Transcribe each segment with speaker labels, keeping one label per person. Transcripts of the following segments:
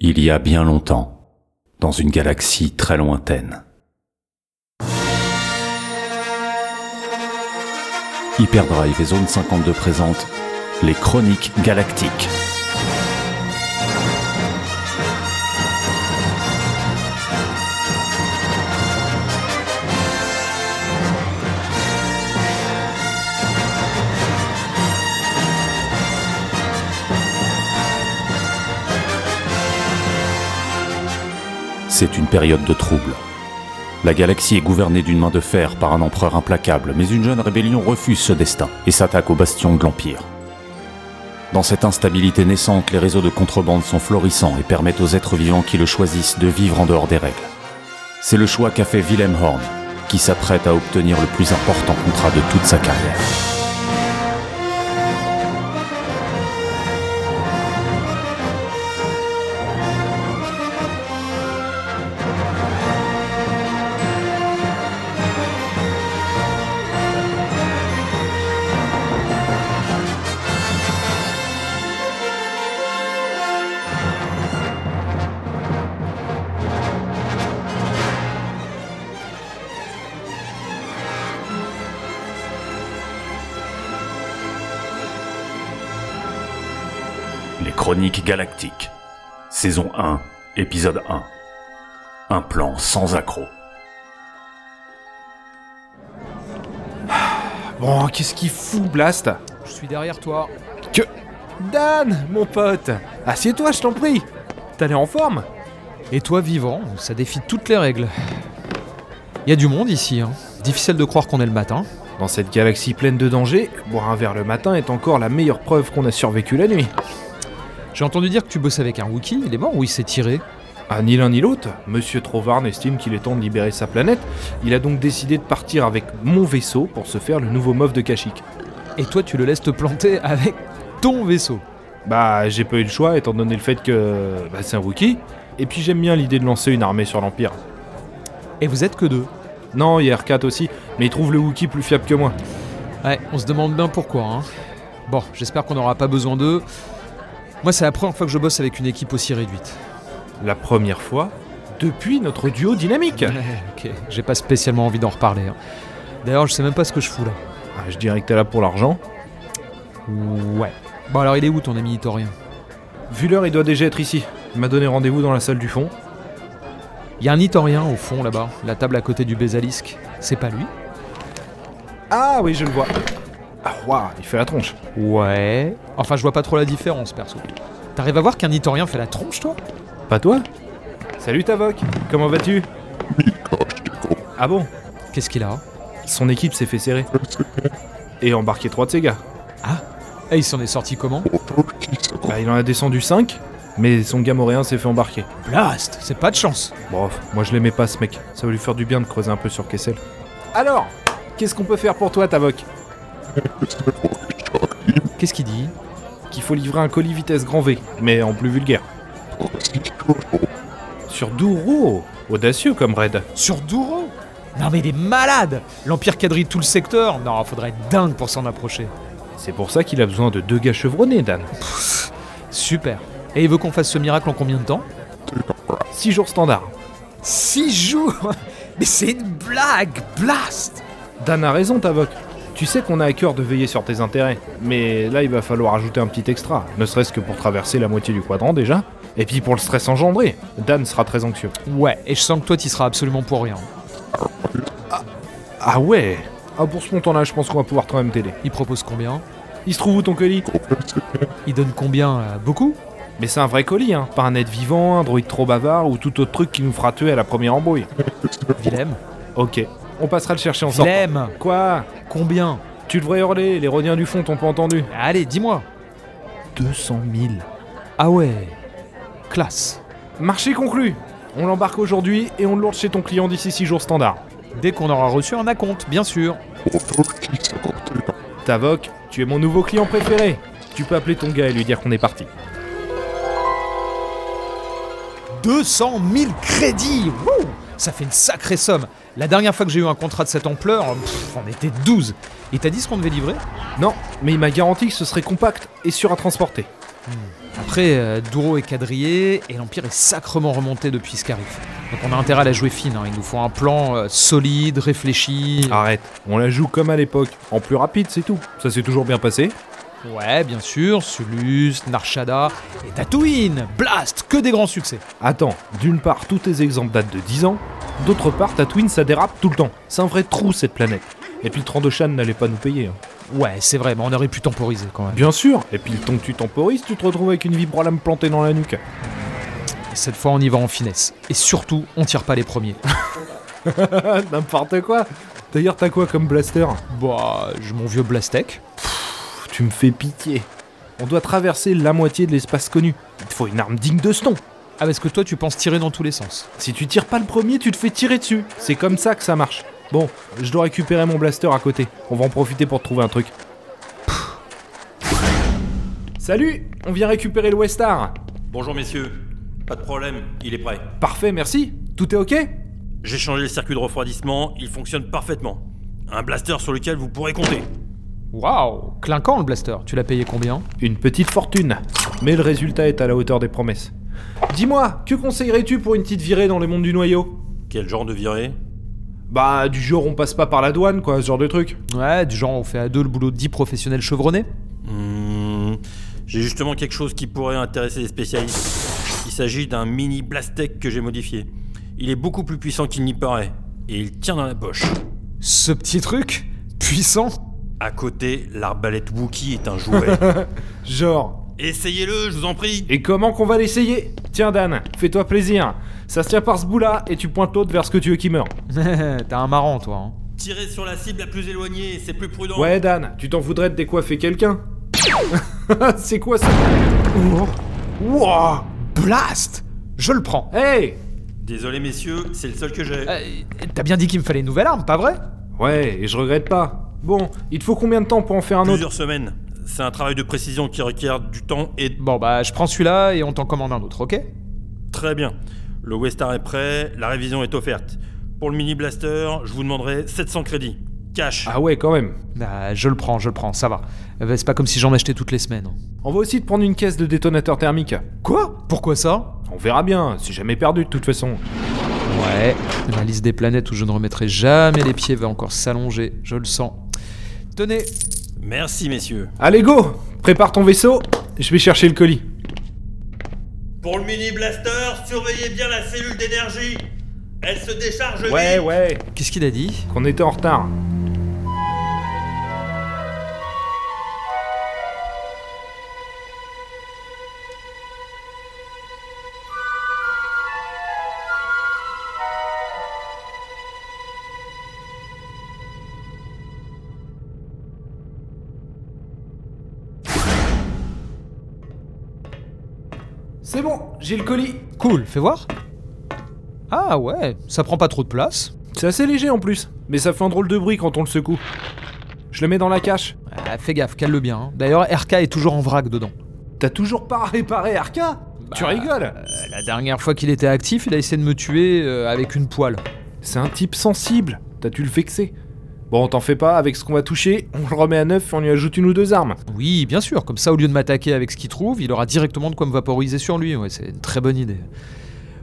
Speaker 1: il y a bien longtemps, dans une galaxie très lointaine. Hyperdrive et Zone 52 présentent les Chroniques Galactiques. C'est une période de trouble. La galaxie est gouvernée d'une main de fer par un empereur implacable, mais une jeune rébellion refuse ce destin et s'attaque au bastion de l'Empire. Dans cette instabilité naissante, les réseaux de contrebande sont florissants et permettent aux êtres vivants qui le choisissent de vivre en dehors des règles. C'est le choix qu'a fait Wilhelm Horn, qui s'apprête à obtenir le plus important contrat de toute sa carrière. Les Chroniques Galactiques. Saison 1, épisode 1. Un plan sans accroc.
Speaker 2: Bon, Oh, qu'est-ce qu'il fout, Blast
Speaker 3: Je suis derrière toi.
Speaker 2: Que... Dan, mon pote Assieds-toi, je t'en prie T'as l'air en forme
Speaker 3: Et toi vivant, ça défie toutes les règles. Il y a du monde ici. hein. Difficile de croire qu'on est le matin.
Speaker 2: Dans cette galaxie pleine de dangers, boire un verre le matin est encore la meilleure preuve qu'on a survécu la nuit.
Speaker 3: J'ai entendu dire que tu bosses avec un Wookie. Il est mort ou il s'est tiré
Speaker 2: Ah, ni l'un ni l'autre, Monsieur Trovarne estime qu'il est temps de libérer sa planète. Il a donc décidé de partir avec mon vaisseau pour se faire le nouveau meuf de Kashyyyk.
Speaker 3: Et toi, tu le laisses te planter avec ton vaisseau.
Speaker 2: Bah, j'ai pas eu le choix étant donné le fait que... Bah, c'est un Wookie. Et puis j'aime bien l'idée de lancer une armée sur l'Empire.
Speaker 3: Et vous êtes que deux.
Speaker 2: Non, il y a R4 aussi, mais il trouve le Wookie plus fiable que moi.
Speaker 3: Ouais, on se demande bien pourquoi. hein. Bon, j'espère qu'on n'aura pas besoin d'eux. Moi, c'est la première fois que je bosse avec une équipe aussi réduite.
Speaker 2: La première fois depuis notre duo dynamique.
Speaker 3: Ouais, ok, j'ai pas spécialement envie d'en reparler. hein. D'ailleurs, je sais même pas ce que je fous là.
Speaker 2: Ah, Je dirais que t'es là pour l'argent.
Speaker 3: Ouais. Bon, alors il est où ton ami Itorien
Speaker 2: Vu l'heure, il doit déjà être ici. Il m'a donné rendez-vous dans la salle du fond.
Speaker 3: Il y a un Itorien au fond là-bas, la table à côté du Bézalisque. C'est pas lui
Speaker 2: Ah oui, je le vois. Ah waouh, il fait la tronche.
Speaker 3: Ouais. Enfin, je vois pas trop la différence, perso. T'arrives à voir qu'un Itorien fait la tronche, toi
Speaker 2: Pas toi Salut Tavok, comment vas-tu Ah bon
Speaker 3: Qu'est-ce qu'il a
Speaker 2: Son équipe s'est fait serrer. Et embarqué trois de ses gars.
Speaker 3: Eh, il s'en est sorti comment
Speaker 2: Bah, il en a descendu 5, mais son gamoréen s'est fait embarquer.
Speaker 3: Blast C'est pas de chance
Speaker 2: Bon, moi je l'aimais pas ce mec. Ça va lui faire du bien de creuser un peu sur Kessel. Alors, qu'est-ce qu'on peut faire pour toi, Tavok
Speaker 3: Qu'est-ce qu'il dit
Speaker 2: Qu'il faut livrer un colis vitesse grand V, mais en plus vulgaire. Sur Douro Audacieux comme raid.
Speaker 3: Sur Douro Non, mais il est malade L'Empire quadrille tout le secteur Non, faudrait être dingue pour s'en approcher.
Speaker 2: C'est pour ça qu'il a besoin de deux gars chevronnés, Dan.
Speaker 3: Super. Et il veut qu'on fasse ce miracle en combien de temps
Speaker 2: 6 jours standard.
Speaker 3: 6 jours Mais c'est une blague Blast
Speaker 2: Dan a raison, Tavok. Tu sais qu'on a à cœur de veiller sur tes intérêts, mais là il va falloir ajouter un petit extra, ne serait-ce que pour traverser la moitié du quadrant déjà, et puis pour le stress engendré. Dan sera très anxieux.
Speaker 3: Ouais, et je sens que toi, t'y seras absolument pour rien.
Speaker 2: Ah ouais Ah pour ce montant-là, je pense qu'on va pouvoir quand même t'aider.
Speaker 3: Il propose combien
Speaker 2: Il se trouve où ton colis
Speaker 3: Il donne combien euh, Beaucoup
Speaker 2: Mais c'est un vrai colis, hein, pas un être vivant, un droïde trop bavard ou tout autre truc qui nous fera tuer à la première embrouille.
Speaker 3: Willem
Speaker 2: Ok, on passera le chercher ensemble.
Speaker 3: Willem
Speaker 2: Quoi
Speaker 3: Combien
Speaker 2: Tu devrais hurler, les Rodiens du fond t'ont pas entendu.
Speaker 3: Allez, dis-moi
Speaker 2: 200 000.
Speaker 3: Ah ouais, classe.
Speaker 2: Marché conclu On l'embarque aujourd'hui et on le lourde chez ton client d'ici 6 jours standard.
Speaker 3: Dès qu'on aura reçu un acompte, bien sûr.
Speaker 2: Tavok, tu es mon nouveau client préféré. Tu peux appeler ton gars et lui dire qu'on est parti.
Speaker 3: 200 000 crédits Wouh Ça fait une sacrée somme. La dernière fois que j'ai eu un contrat de cette ampleur, pff, on était 12. Et t'as dit ce qu'on devait livrer
Speaker 2: Non, mais il m'a garanti que ce serait compact et sûr à transporter.
Speaker 3: Après, euh, Douro est quadrillé et l'Empire est sacrement remonté depuis Scarif. Donc on a intérêt à la jouer fine, hein. il nous faut un plan euh, solide, réfléchi.
Speaker 2: Arrête, on la joue comme à l'époque, en plus rapide, c'est tout. Ça s'est toujours bien passé.
Speaker 3: Ouais, bien sûr, Sulus, Narshada et Tatooine, Blast, que des grands succès.
Speaker 2: Attends, d'une part, tous tes exemples datent de 10 ans, d'autre part, Tatooine, ça dérape tout le temps. C'est un vrai trou, cette planète. Et puis le Trandoshan n'allait pas nous payer. hein.
Speaker 3: Ouais, c'est vrai, mais on aurait pu temporiser quand même.
Speaker 2: Bien sûr Et puis le temps que tu temporises, tu te retrouves avec une vibrolame plantée dans la nuque.
Speaker 3: Cette fois, on y va en finesse. Et surtout, on tire pas les premiers.
Speaker 2: Ah, N'importe quoi D'ailleurs, t'as quoi comme blaster
Speaker 3: bah, j'ai mon vieux Blastec.
Speaker 2: Pff, Tu me fais pitié. On doit traverser la moitié de l'espace connu. Il te faut une arme digne de ce nom.
Speaker 3: Ah, parce que toi, tu penses tirer dans tous les sens.
Speaker 2: Si tu tires pas le premier, tu te fais tirer dessus. C'est comme ça que ça marche. Bon, je dois récupérer mon blaster à côté. On va en profiter pour trouver un truc. Pff. Salut On vient récupérer le Westar
Speaker 4: Bonjour messieurs, pas de problème, il est prêt.
Speaker 2: Parfait, merci. Tout est ok
Speaker 4: J'ai changé le circuit de refroidissement, il fonctionne parfaitement. Un blaster sur lequel vous pourrez compter.
Speaker 3: Waouh, clinquant le Blaster. Tu l'as payé combien
Speaker 2: Une petite fortune. Mais le résultat est à la hauteur des promesses. Dis-moi, que conseillerais-tu pour une petite virée dans les mondes du noyau
Speaker 4: Quel genre de virée
Speaker 2: Bah, du genre on passe pas par la douane, quoi, ce genre de truc.
Speaker 3: Ouais, du genre, on fait à deux le boulot de 10 professionnels chevronnés.
Speaker 4: Hmm, J'ai justement quelque chose qui pourrait intéresser les spécialistes. Il s'agit d'un mini blastec que j'ai modifié. Il est beaucoup plus puissant qu'il n'y paraît, et il tient dans la poche.
Speaker 3: Ce petit truc Puissant
Speaker 4: À côté, l'arbalète Wookie est un jouet.
Speaker 2: Genre.
Speaker 4: Essayez-le, je vous en prie
Speaker 2: Et comment qu'on va l'essayer Tiens Dan, fais-toi plaisir. Ça se tient par ce bout-là et tu pointes l'autre vers ce que tu veux qui meurt.
Speaker 3: T'as un marrant, toi. hein.
Speaker 4: Tirez sur la cible la plus éloignée, c'est plus prudent.
Speaker 2: Ouais Dan, tu t'en voudrais de décoiffer quelqu'un C'est quoi ça
Speaker 3: Wouah Blast Je le prends.
Speaker 2: Hey
Speaker 4: Désolé messieurs, c'est le seul que j'ai.
Speaker 3: Euh, T'as bien dit qu'il me fallait une nouvelle arme, pas vrai
Speaker 2: Ouais, et je regrette pas. Bon, il te faut combien de temps pour en faire un autre
Speaker 4: Plusieurs semaines. C'est un travail de précision qui requiert du temps et de...
Speaker 3: Bon bah je prends celui-là et on t'en commande un autre, ok
Speaker 4: Très bien. Le Westar est prêt, la révision est offerte. Pour le mini blaster, je vous demanderai 700 crédits. Cash.
Speaker 2: Ah ouais, quand même.
Speaker 3: Ah, Je le prends, je le prends, ça va. Euh, bah, C'est pas comme si j'en achetais toutes les semaines. hein.
Speaker 2: On va aussi te prendre une caisse de détonateur thermique.
Speaker 3: Quoi Pourquoi ça
Speaker 2: On verra bien, c'est jamais perdu de toute façon.
Speaker 3: Ouais, la liste des planètes où je ne remettrai jamais les pieds va encore s'allonger, je le sens. Tenez
Speaker 4: Merci messieurs.
Speaker 2: Allez go Prépare ton vaisseau, je vais chercher le colis.
Speaker 4: Pour le mini blaster, surveillez bien la cellule d'énergie. Elle se décharge
Speaker 2: Ouais, ouais,
Speaker 3: Qu'est-ce qu'il a dit
Speaker 2: qu'on était en retard. C'est bon, j'ai le colis.
Speaker 3: Cool, fais voir. Ah ouais, ça prend pas trop de place.
Speaker 2: C'est assez léger en plus, mais ça fait un drôle de bruit quand on le secoue. Je le mets dans la cache.
Speaker 3: Ah, fais gaffe, cale-le bien. hein. D'ailleurs, RK est toujours en vrac dedans.
Speaker 2: T'as toujours pas réparé Arca Tu rigoles
Speaker 3: Euh, la dernière fois qu'il était actif, il a essayé de me tuer euh, avec une poêle.
Speaker 2: C'est un type sensible, t'as dû le vexer. Bon, t'en fais pas, avec ce qu'on va toucher, on le remet à neuf et on lui ajoute une ou deux armes.
Speaker 3: Oui, bien sûr, comme ça, au lieu de m'attaquer avec ce qu'il trouve, il aura directement de quoi me vaporiser sur lui. Ouais, c'est une très bonne idée.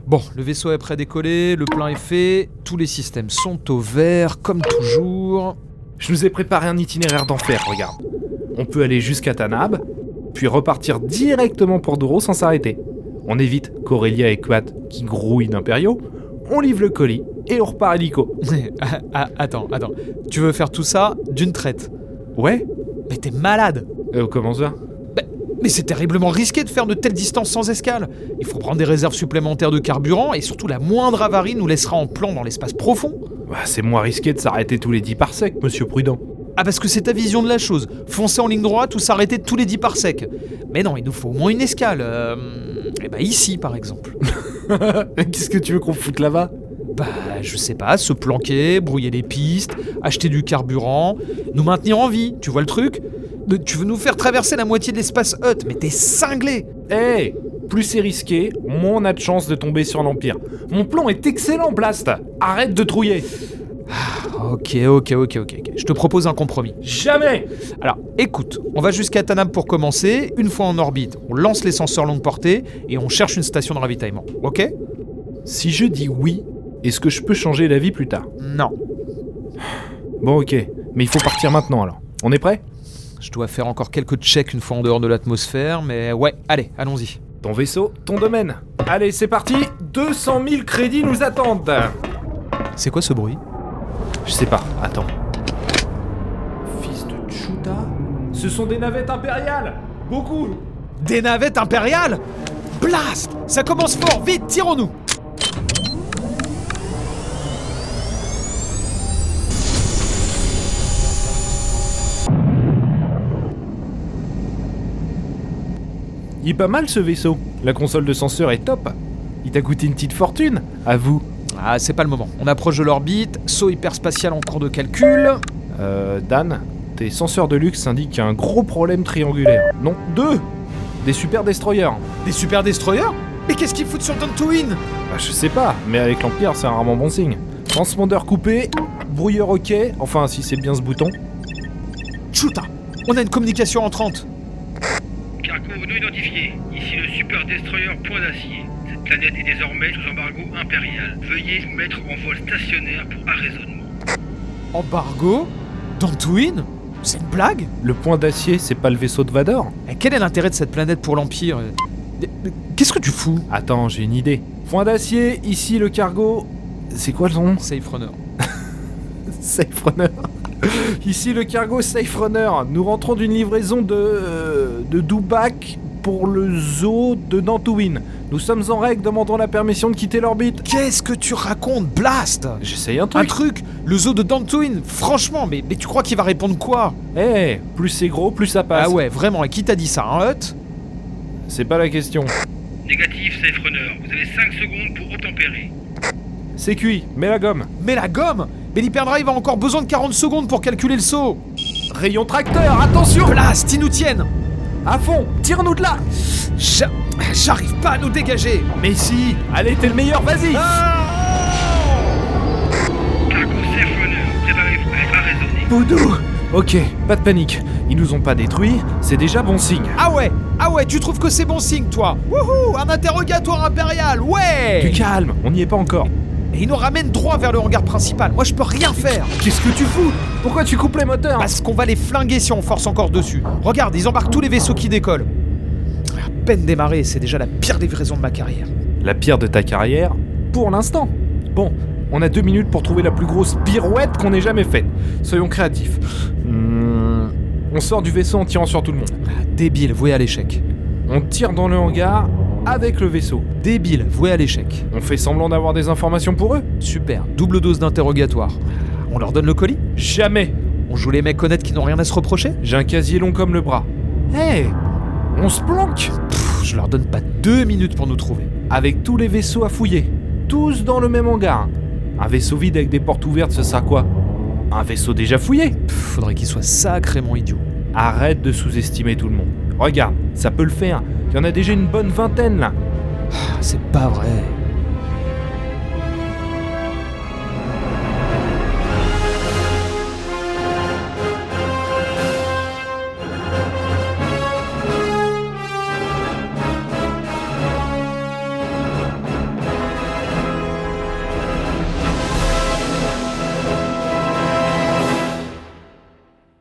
Speaker 3: Bon, le vaisseau est prêt à décoller, le plein est fait, tous les systèmes sont au vert, comme toujours.
Speaker 2: Je nous ai préparé un itinéraire d'enfer, regarde. On peut aller jusqu'à Tanab, puis repartir directement pour Douro sans s'arrêter. On évite Corellia et Quat qui grouillent d'impériaux, on livre le colis et on repart hélico.
Speaker 3: Ah, ah, attends, attends. Tu veux faire tout ça d'une traite
Speaker 2: Ouais
Speaker 3: Mais t'es malade
Speaker 2: euh, Comment ça
Speaker 3: Bah, Mais c'est terriblement risqué de faire de telles distances sans escale. Il faut prendre des réserves supplémentaires de carburant et surtout la moindre avarie nous laissera en plan dans l'espace profond.
Speaker 2: bah, C'est moins risqué de s'arrêter tous les 10 parsecs, monsieur Prudent.
Speaker 3: Ah parce que c'est ta vision de la chose, foncer en ligne droite ou s'arrêter tous les 10 parsecs. Mais non, il nous faut au moins une escale. Euh, eh ben ici par exemple.
Speaker 2: Qu'est-ce que tu veux qu'on foute là-bas
Speaker 3: Bah je sais pas, se planquer, brouiller les pistes, acheter du carburant, nous maintenir en vie, tu vois le truc De- Tu veux nous faire traverser la moitié de l'espace hut, mais t'es cinglé
Speaker 2: Eh Plus c'est risqué, moins on a de chances de tomber sur l'Empire. Mon plan est excellent, Blast Arrête de trouiller
Speaker 3: Ok, ok, ok, ok. ok. Je te propose un compromis.
Speaker 2: Jamais
Speaker 3: Alors, écoute, on va jusqu'à Tanab pour commencer. Une fois en orbite, on lance les senseurs longue portée et on cherche une station de ravitaillement. Ok
Speaker 2: Si je dis oui, est-ce que je peux changer d'avis plus tard
Speaker 3: Non.
Speaker 2: Bon, ok, mais il faut partir maintenant alors. On est prêt
Speaker 3: Je dois faire encore quelques checks une fois en dehors de l'atmosphère, mais ouais, allez, allons-y.
Speaker 2: Ton vaisseau, ton domaine. Allez, c'est parti 200 000 crédits nous attendent
Speaker 3: C'est quoi ce bruit
Speaker 2: Je sais pas, attends. Fils de Chuta Ce sont des navettes impériales Beaucoup
Speaker 3: Des navettes impériales Blast Ça commence fort, vite, tirons-nous
Speaker 2: Il est pas mal ce vaisseau. La console de senseur est top. Il t'a coûté une petite fortune, à vous.
Speaker 3: Ah, c'est pas le moment. On approche de l'orbite, saut hyperspatial en cours de calcul.
Speaker 2: Euh, Dan, tes senseurs de luxe indiquent un gros problème triangulaire. Non, deux Des super destroyers.
Speaker 3: Des super destroyers Mais qu'est-ce qu'ils foutent sur Dantooine
Speaker 2: Bah, je sais pas, mais avec l'Empire, c'est un rarement bon signe. Transpondeur coupé, brouilleur ok, enfin si c'est bien ce bouton.
Speaker 3: Chuta hein. On a une communication entrante
Speaker 5: Cargo non identifié. Ici le Super Destroyer Point d'Acier. Cette planète est désormais sous embargo impérial. Veuillez vous mettre en vol stationnaire pour arraisonnement.
Speaker 3: Embargo Dantooine C'est une blague
Speaker 2: Le point d'acier, c'est pas le vaisseau de Vador
Speaker 3: Et Quel est l'intérêt de cette planète pour l'Empire Eh, Qu'est-ce que tu fous
Speaker 2: Attends, j'ai une idée. Point d'acier, ici le cargo. C'est quoi le nom
Speaker 3: Safe Runner.
Speaker 2: Safe Runner. Ici le cargo Safe Runner. Nous rentrons d'une livraison de. euh, de Dubac pour le zoo de Dantooine. Nous sommes en règle, demandons la permission de quitter l'orbite.
Speaker 3: Qu'est-ce que tu racontes, Blast
Speaker 2: J'essaye un
Speaker 3: Un
Speaker 2: truc.
Speaker 3: truc Le zoo de Dantooine Franchement, mais, mais tu crois qu'il va répondre quoi
Speaker 2: Eh, plus Bah, c'est gros, plus ça passe.
Speaker 3: Ah ouais, vraiment, et qui t'a dit ça Un hut
Speaker 2: C'est pas la question.
Speaker 5: Négatif, Safe Runner. Vous avez 5 secondes pour obtempérer.
Speaker 2: C'est cuit, mets la gomme.
Speaker 3: Mais la gomme Mais l'hyperdrive a encore besoin de 40 secondes pour calculer le saut
Speaker 2: Rayon tracteur, attention
Speaker 3: Blast, ils nous tiennent
Speaker 2: À fond, tire-nous de là
Speaker 3: J'a- J'arrive pas à nous dégager
Speaker 2: Mais si Allez, t'es le meilleur, vas-y
Speaker 3: Ah!
Speaker 5: Cargo Safe Runner. Préparez-vous à être arraisonné.
Speaker 2: Boudou Ok, pas de panique. Ils nous ont pas détruits, c'est déjà bon signe.
Speaker 3: Ah ouais Ah ouais, tu trouves que c'est bon signe, toi Wouhou Un interrogatoire impérial, ouais
Speaker 2: Du calme, on n'y est pas encore.
Speaker 3: Et ils nous ramènent droit vers le hangar principal, moi je peux rien faire
Speaker 2: Qu'est-ce que tu fous Pourquoi tu coupes les moteurs
Speaker 3: Parce qu'on va les flinguer si on force encore dessus. Regarde, ils embarquent tous les vaisseaux qui décollent. À peine démarré, c'est déjà la pire livraison de ma carrière.
Speaker 2: La pire de ta carrière, pour l'instant. Bon, on a deux minutes pour trouver la plus grosse pirouette qu'on ait jamais faite. Soyons créatifs. Hmm, On sort du vaisseau en tirant sur tout le monde.
Speaker 3: Débile, voué à l'échec.
Speaker 2: On tire dans le hangar avec le vaisseau.
Speaker 3: Débile, voué à l'échec.
Speaker 2: On fait semblant d'avoir des informations pour eux
Speaker 3: Super, double dose d'interrogatoire. On leur donne le colis
Speaker 2: Jamais
Speaker 3: On joue les mecs honnêtes qui n'ont rien à se reprocher
Speaker 2: J'ai un casier long comme le bras. Hé On se planque
Speaker 3: Pff, Je leur donne pas deux minutes pour nous trouver.
Speaker 2: Avec tous les vaisseaux à fouiller. Tous dans le même hangar. Un vaisseau vide avec des portes ouvertes, ce sera quoi Un vaisseau déjà fouillé
Speaker 3: Pff, faudrait qu'ils soient sacrément idiots.
Speaker 2: Arrête de sous-estimer tout le monde. Regarde, ça peut le faire. Il y en a déjà une bonne vingtaine là.
Speaker 3: Ah, C'est pas vrai.